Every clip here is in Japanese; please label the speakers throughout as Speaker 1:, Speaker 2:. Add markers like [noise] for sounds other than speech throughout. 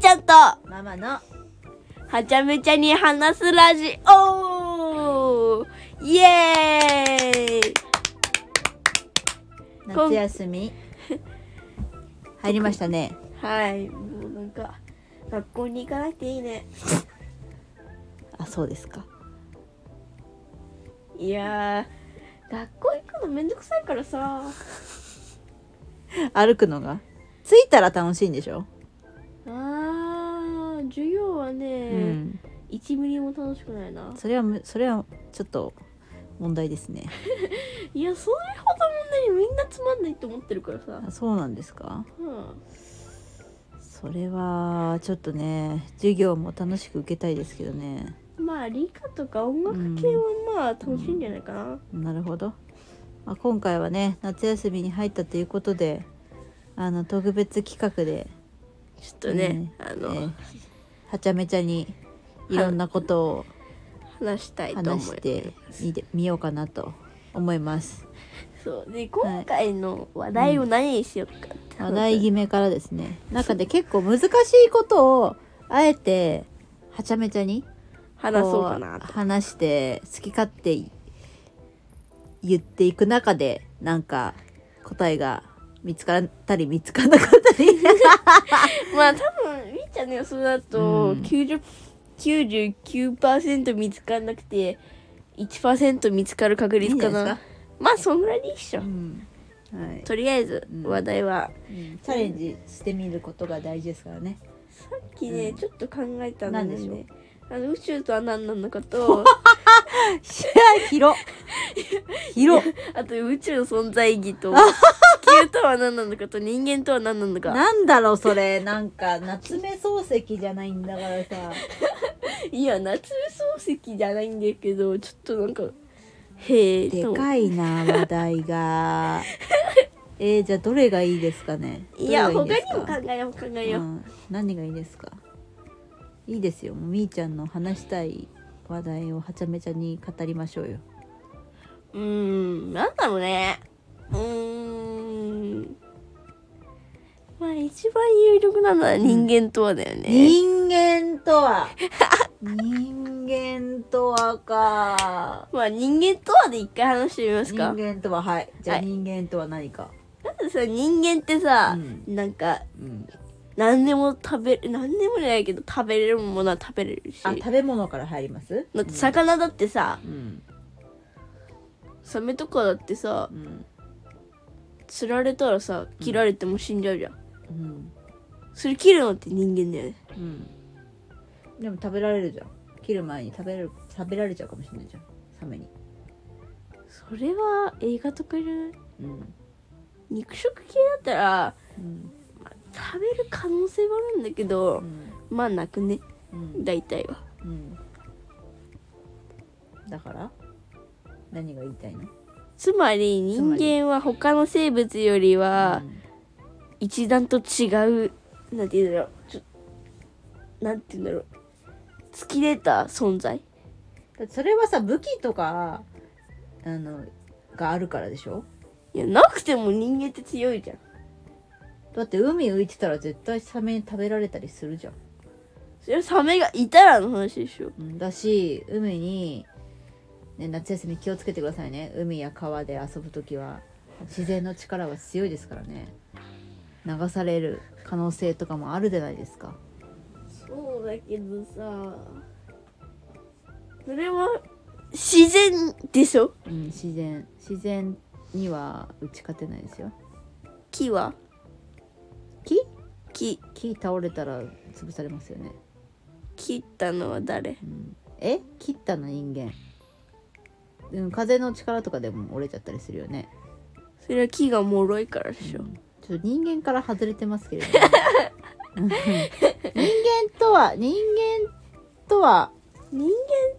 Speaker 1: ちゃんと
Speaker 2: ママの
Speaker 1: はちゃめちゃに話すラジオイエーイこん
Speaker 2: 夏
Speaker 1: [laughs]
Speaker 2: 休み入りましたね
Speaker 1: はい、もうなんか学校に行かなくていいね
Speaker 2: あそうですか
Speaker 1: いやー学校行くのめんどくさいからさ
Speaker 2: 歩くのが着いたら楽しいんでしょ、
Speaker 1: あー授業は
Speaker 2: う
Speaker 1: ね、
Speaker 2: ん
Speaker 1: 一ミリも楽しくないな
Speaker 2: それはむそれはちょっと問題ですね
Speaker 1: いやそれほどもねみんなつまんないと思ってるからさ
Speaker 2: あそうなんですか
Speaker 1: うん
Speaker 2: それはちょっとね授業も楽しく受けたいですけどね
Speaker 1: まあ理科とか音楽系はまあ楽しいんじゃないかな、
Speaker 2: なるほど、まあ、今回はね夏休みに入ったということであの特別企画で、
Speaker 1: ちょっとね、あ
Speaker 2: え
Speaker 1: の、
Speaker 2: ーはちゃめちゃにいろんなことを
Speaker 1: 話したいと思いま
Speaker 2: 話
Speaker 1: す
Speaker 2: してみてみようかなと思います
Speaker 1: そうで今回の話題を何にしようかって
Speaker 2: 話題決めからですね中で結構難しいことをあえてはちゃめちゃに
Speaker 1: 話そうかな
Speaker 2: ことう話して好き勝手言っていく中でなんか答えが見つかったり見つからな
Speaker 1: [laughs]
Speaker 2: かったり
Speaker 1: まあ多分みーちゃんの予想だと、
Speaker 2: うん
Speaker 1: 90 99%見つからなくて1%見つかる確率かない
Speaker 2: いんじゃないで
Speaker 1: まあそんぐらいでいいっしょ、
Speaker 2: うんはい
Speaker 1: とりあえず
Speaker 2: うん
Speaker 1: 話題は、
Speaker 2: チャレンジしてみることが大事で
Speaker 1: [laughs]
Speaker 2: すからね
Speaker 1: さっきね、
Speaker 2: うん
Speaker 1: ちょっと考えたん
Speaker 2: 何
Speaker 1: で
Speaker 2: ですしょう
Speaker 1: ねあの宇宙とは何なのかと
Speaker 2: 広 [laughs] 広
Speaker 1: [laughs] あと宇宙の存在意義
Speaker 2: [laughs]
Speaker 1: と地球とは何なのかと人間とは何なのか
Speaker 2: なんだろうそれ [laughs] なんか夏目漱石じゃないんだからさ
Speaker 1: いや夏目漱石じゃないんだけどちょっとなんか [laughs] へえ
Speaker 2: で
Speaker 1: と
Speaker 2: かいな話
Speaker 1: [laughs]
Speaker 2: 題がえー、じゃあどれがいいですかね
Speaker 1: いや
Speaker 2: ど
Speaker 1: 他
Speaker 2: れがいいん
Speaker 1: に
Speaker 2: です
Speaker 1: も
Speaker 2: か
Speaker 1: 考えよう考えよう、
Speaker 2: うん何がいいですかいいですよもうみーちゃんの話したい話題をはちゃめちゃに語りましょうよ
Speaker 1: うーん、なんだろうね。うーん。まあ一番有力なのは人間とはだよね。
Speaker 2: 人間と
Speaker 1: [laughs]
Speaker 2: は人間とはか
Speaker 1: まあ人間とはで一回話してみます
Speaker 2: 人
Speaker 1: か。
Speaker 2: 間とははいじゃあ
Speaker 1: はい
Speaker 2: 人間とは何か、
Speaker 1: だってさ、人間ってさ、
Speaker 2: う
Speaker 1: なんか
Speaker 2: うん、
Speaker 1: 何でも食べ、何でもじゃないけど食べれるものは食べれるし。
Speaker 2: あ食べ物から入ります
Speaker 1: だって魚だってさ、
Speaker 2: うん
Speaker 1: サメとかだってさ
Speaker 2: う、ん
Speaker 1: 釣られたらさ、切られても死んじゃうじゃん。
Speaker 2: うん、
Speaker 1: それ切るのって人間だよね。
Speaker 2: うん、でも食べられるじゃん切る前に食べる食べられちゃうかもしれないじゃんサメに、
Speaker 1: それは映画とかじゃない
Speaker 2: うん
Speaker 1: 肉食系だったら、
Speaker 2: うん
Speaker 1: 食べる可能性はあるんだけど
Speaker 2: う、ん
Speaker 1: まあなくね
Speaker 2: うん
Speaker 1: 大体は
Speaker 2: うん、だから何が言いたいの
Speaker 1: つまり人間は他の生物よりは一段と違うなんて言うんだろうちょなんて言うんだろう突き出た存在
Speaker 2: うんそれはさ武器とかあのがあるからでしょ
Speaker 1: いやなくても人間って強いじゃん
Speaker 2: だって海浮いてたら絶対サメに食べられたりするじゃん、
Speaker 1: それはサメがいたらの話でしょ
Speaker 2: うんだし海に、ね、夏休み気をつけてくださいね海や川で遊ぶ時は自然の力は強いですからね流される可能性とかもあるじゃないですか
Speaker 1: そうだけどさそれは自然でしょ
Speaker 2: うん、自然自然には打ち勝てないですよ
Speaker 1: 木は
Speaker 2: 木
Speaker 1: 木
Speaker 2: 木倒れたら潰されますよね、
Speaker 1: 切ったのは誰
Speaker 2: うん、え切ったの人間うん風の力とかでも折れちゃったりするよね
Speaker 1: それは木が脆いからでしょ、
Speaker 2: ちょっと人間から外れてますけれどもうん人間とは人間とは
Speaker 1: 人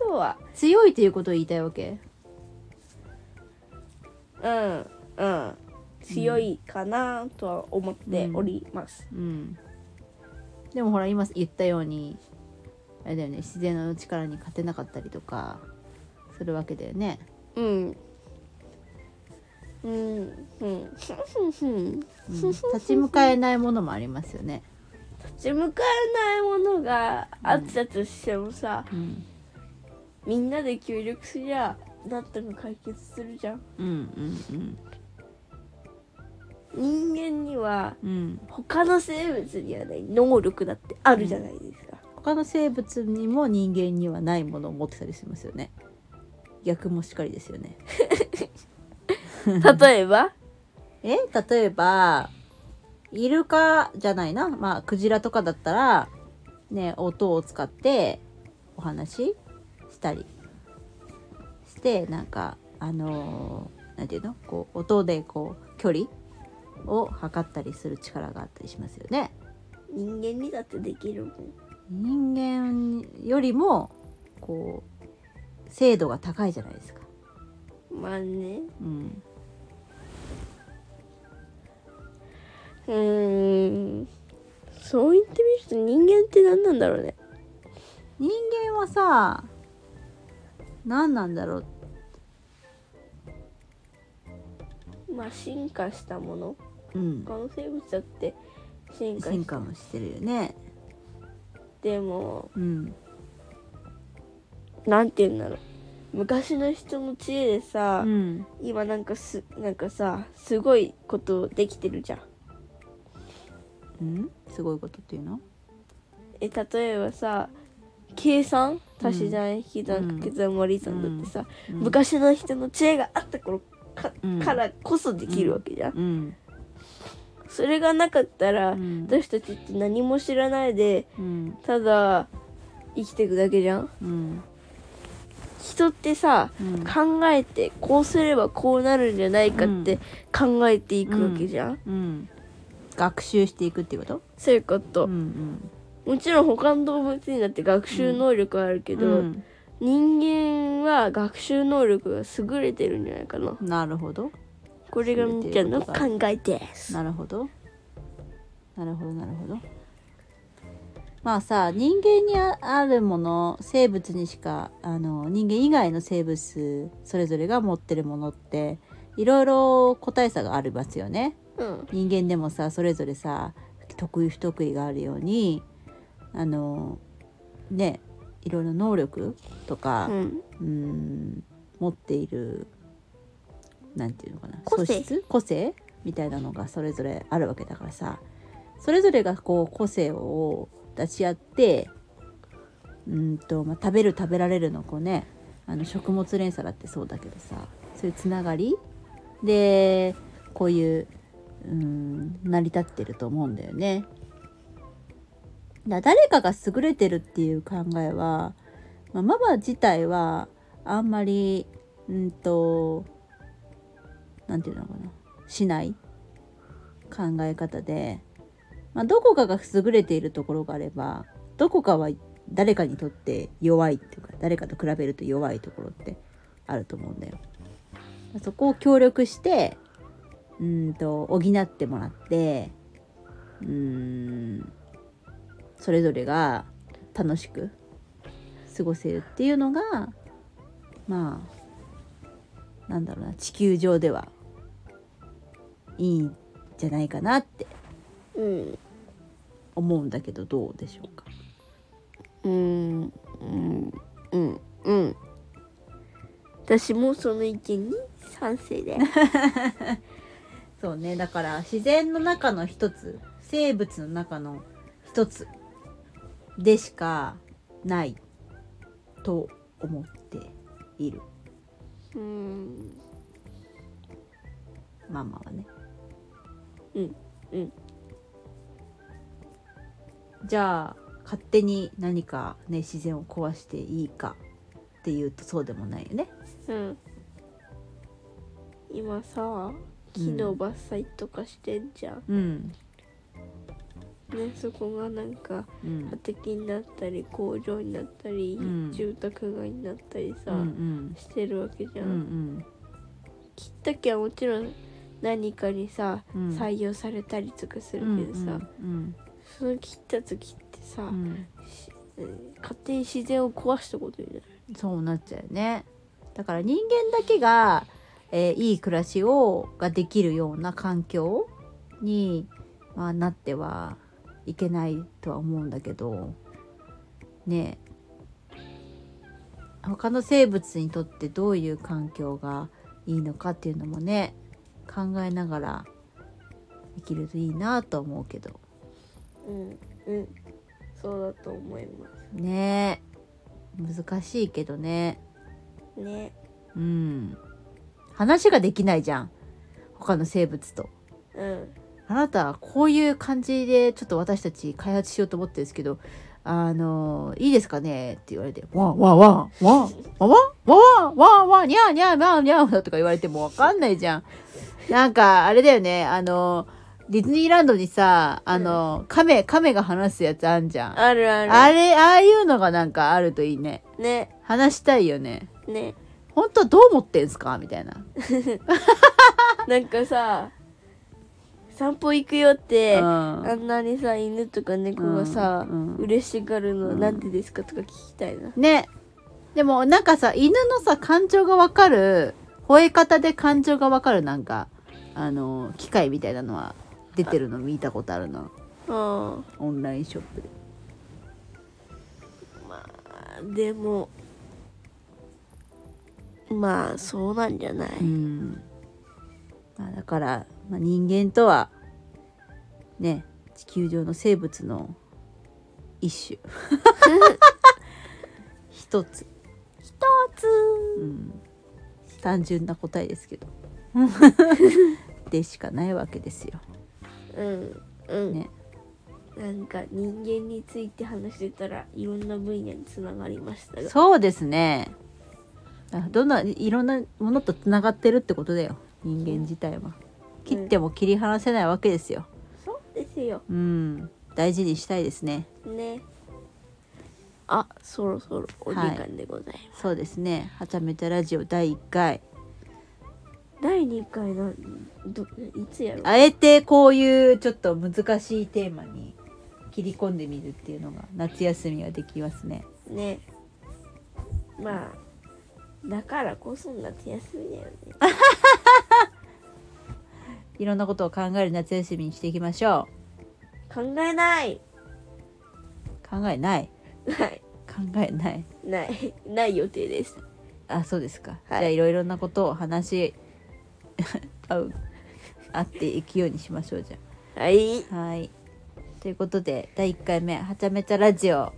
Speaker 1: 間とは
Speaker 2: 強いということを言いたいわけ
Speaker 1: うんうん強いかなとは思っております、
Speaker 2: うんでもほら今言ったようにあれだよね自然の力に勝てなかったりとかするわけだよね
Speaker 1: うんうんうんふんふんふん [laughs]
Speaker 2: うん立ち向かえないものもありますよね。
Speaker 1: 立じゃ向かえないものがあったとしてもさ、
Speaker 2: うん
Speaker 1: みんなで協力すりゃなったの解決するじゃん
Speaker 2: うんうん
Speaker 1: 人間には
Speaker 2: うんうん
Speaker 1: 他の生物にはない能力だってあるじゃないですか、
Speaker 2: 他の生物にも人間にはないものを持ってたりしますよね逆もしかりですよね
Speaker 1: 例えば
Speaker 2: え例えばイルカじゃないなまあクジラとかだったらね音を使ってお話ししたりしてなんかあのーなんていうのこう音でこう距離を測ったりする力があったりしますよね。
Speaker 1: 人間にだってできるもん
Speaker 2: 人間よりもこう精度が高いじゃないですか。
Speaker 1: まあね
Speaker 2: うん、
Speaker 1: うーんそう言ってみると人間って何なんだろうね
Speaker 2: 人間はさ何なんだろう
Speaker 1: まあ進化したもの
Speaker 2: うん
Speaker 1: 他の生物だって進化
Speaker 2: 進
Speaker 1: し
Speaker 2: 化もしてるよね。
Speaker 1: ても
Speaker 2: うん。
Speaker 1: なんて言うんだろう昔の人の知恵で
Speaker 2: う
Speaker 1: さ、
Speaker 2: ん。
Speaker 1: 今なんかすなんかさすごいことできてるじゃん
Speaker 2: うん、すごいことっていうの。
Speaker 1: え例えばさ計算足し算引き算掛け算割り算だってさ、
Speaker 2: うん
Speaker 1: 昔の人の知恵があった頃か,、
Speaker 2: うん
Speaker 1: らこそできるわけじゃん、
Speaker 2: うん。
Speaker 1: それがなかったら、
Speaker 2: うん
Speaker 1: 私たちって何も知らないで
Speaker 2: うん。
Speaker 1: ただ生きていくだけじゃん
Speaker 2: うん。
Speaker 1: 人ってさ、
Speaker 2: うん
Speaker 1: 考えてこうすればこうなるんじゃないかって考えていくわけじゃん、
Speaker 2: うん。学習していくっていうこと。
Speaker 1: そういうこと、
Speaker 2: ん。
Speaker 1: もちろん他の動物にだって学習能力はあるけ
Speaker 2: け
Speaker 1: ど、人間は学習能力が優れてるんじゃないかな
Speaker 2: なるほど。
Speaker 1: これがみーちゃんの考えです
Speaker 2: なるほど。なるほど、なるほど。まあさ人間にああるもの生物にしかあの人間以外の生物それぞれが持ってるものっていろいろ個体差がありますよね。
Speaker 1: うん
Speaker 2: 人間でもさそれぞれさ得意不得意があるようにあのねいろいろ能力とか
Speaker 1: う、ん
Speaker 2: うん、持っているなんていうのかな
Speaker 1: 個性
Speaker 2: 素質個性みたいなのがそれぞれあるわけだからさそれぞれがこう個性を出し合ってうんと、まあ、食べる食べられるのこうねあの食物連鎖だってそうだけどさそういうつながりでこういううん成り立ってると思うんだよね。だ誰かが優れてるっていう考えは、まあ、ママ自体はあんまりうんとなんていうのかなしない考え方で、まあ、どこかが優れているところがあればどこかは誰かにとって弱いっていうか誰かと比べると弱いところってあると思うんだよ。そこを協力してうんと補ってもらってうんそれぞれが楽しく過ごせるっていうのがまあなんだろうな地球上ではいいんじゃないかなって
Speaker 1: うん
Speaker 2: 思うんだけどどうでしょうか
Speaker 1: うんうんうんうん私もその意見に賛成
Speaker 2: [laughs]
Speaker 1: で
Speaker 2: そうねだから自然の中の一つ生物の中の一つでしかないと思っている
Speaker 1: うん
Speaker 2: ママはね
Speaker 1: うんうん
Speaker 2: じゃあ勝手に何かね自然を壊していいかっていうとそうでもないよね
Speaker 1: うん今さ木の伐採とかしてんじゃん、
Speaker 2: うん
Speaker 1: ねそこがなんか
Speaker 2: うん
Speaker 1: 畑になったり工場になったり、
Speaker 2: うん
Speaker 1: 住宅街になったりさ、
Speaker 2: うん
Speaker 1: してるわけじ
Speaker 2: うんう
Speaker 1: ゃ
Speaker 2: ん
Speaker 1: ん、切った木はもちろん何かにさ、
Speaker 2: うん
Speaker 1: 採用されたりとかす
Speaker 2: う
Speaker 1: る
Speaker 2: ん
Speaker 1: けどさ、
Speaker 2: うん
Speaker 1: その切った時ってさ、
Speaker 2: うん
Speaker 1: し勝手に自然を壊したことになる
Speaker 2: そうなっちゃうよねだから人間だけが、えーいい暮らしをができるような環境に、まあ、なってはいけないとは思うんだけどねえ他の生物にとってどういう環境がいいのかっていうのもね考えながら生きるといいなと思うけど
Speaker 1: うんうんそうだと思いま
Speaker 2: ねえ難しいけどね
Speaker 1: すね
Speaker 2: うん話ができないじゃん他の生物と。
Speaker 1: うん
Speaker 2: あなたこういう感じでちょっと私たち開発しようと思ってるんですけどあのいいですかねって言われて「わんわんわんわんわんわんわんわんわんにゃーにゃーにゃーにゃー」とか言われてもわかんないじゃん。なんかあれだよねあのディズニーランドにさあの亀亀が話すやつあんじゃん。
Speaker 1: あるある
Speaker 2: あれああいうのがなんかあるといいね。
Speaker 1: ね
Speaker 2: 話したいよね。
Speaker 1: ね
Speaker 2: 本当はどう思ってんすかみたいな。
Speaker 1: なんかさ散歩行くよって、
Speaker 2: うん
Speaker 1: あんなにさ犬とか猫がさ、
Speaker 2: うんうん
Speaker 1: 嬉しがるのはなんでですかとか聞きたいな、
Speaker 2: ねでもなんかさ犬のさ感情がわかる吠え方で感情がわかるなんかあの機械みたいなのは出てるの見たことあるな
Speaker 1: あ
Speaker 2: オンラインショップで
Speaker 1: あでもまあそうなんじゃない、
Speaker 2: うん、まあ、だから、まあ、人間とはね地球上の生物の
Speaker 1: [laughs]
Speaker 2: 一種一つ
Speaker 1: 一つ
Speaker 2: うん単純な答えです
Speaker 1: [laughs]
Speaker 2: けどでしかないわけですよ
Speaker 1: うんうん、
Speaker 2: ね
Speaker 1: なんか人間について話してたらいろんな分野につながりましたが
Speaker 2: そうですね。あどんないろんなものとつながってるってことだよ人間自体は。切っても切り離せないわけですよ。
Speaker 1: そうですよ
Speaker 2: うん大事にしたいですね。
Speaker 1: ねあそろそろお時間でございます、
Speaker 2: そうですね。はちゃめちゃラジオ第1回。
Speaker 1: 第2回のどいつやろう
Speaker 2: あえてこういうちょっと難しいテーマに切り込んでみるっていうのが夏休みはできますね。
Speaker 1: ねまあだからこそ夏休みだよね
Speaker 2: いろんなことを考える夏休みにしていきましょ。
Speaker 1: 考えないう
Speaker 2: 考え
Speaker 1: な
Speaker 2: ない
Speaker 1: い
Speaker 2: 考えない。
Speaker 1: ないない予定です
Speaker 2: あそうですか、
Speaker 1: はい
Speaker 2: じゃあいろいろなことを話し合う合っていくようにしましょうじゃ
Speaker 1: はい
Speaker 2: あはいということで第1回目「はちゃめちゃラジオ」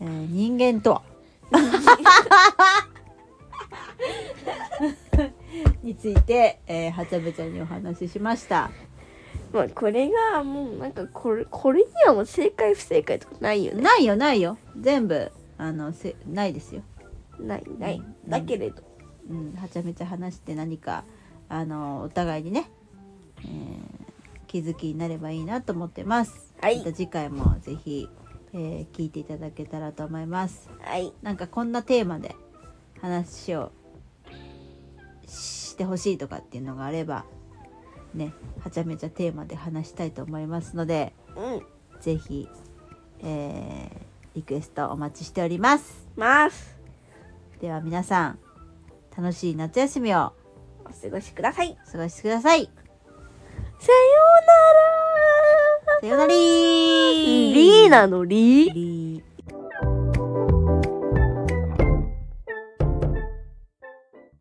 Speaker 2: えー人間とは [laughs] について、えーはちゃめちゃにお話ししました
Speaker 1: まあこれがもうなんかこれこれにはもう正解不正解とかないよね
Speaker 2: ないよないよ全部あのせないですよ
Speaker 1: ないない
Speaker 2: うん
Speaker 1: だけれど
Speaker 2: うん、はちゃめちゃ話して何かあのお互いにね、えー気づきになればいいなと思ってます。
Speaker 1: はい
Speaker 2: また次回もぜひ、えー聞いていただけたらと思います。
Speaker 1: はい
Speaker 2: なんかこんなテーマで話をしてほしいとかっていうのがあればねはちゃめちゃテーマで話したいと思いますので
Speaker 1: うん
Speaker 2: ぜひ、えーリクエストお待ちしております。
Speaker 1: ます
Speaker 2: では皆さん楽しい夏休みを
Speaker 1: お過ごしください
Speaker 2: お過ごしください。
Speaker 1: さようなら
Speaker 2: さよならー
Speaker 1: リーナのリー
Speaker 2: リー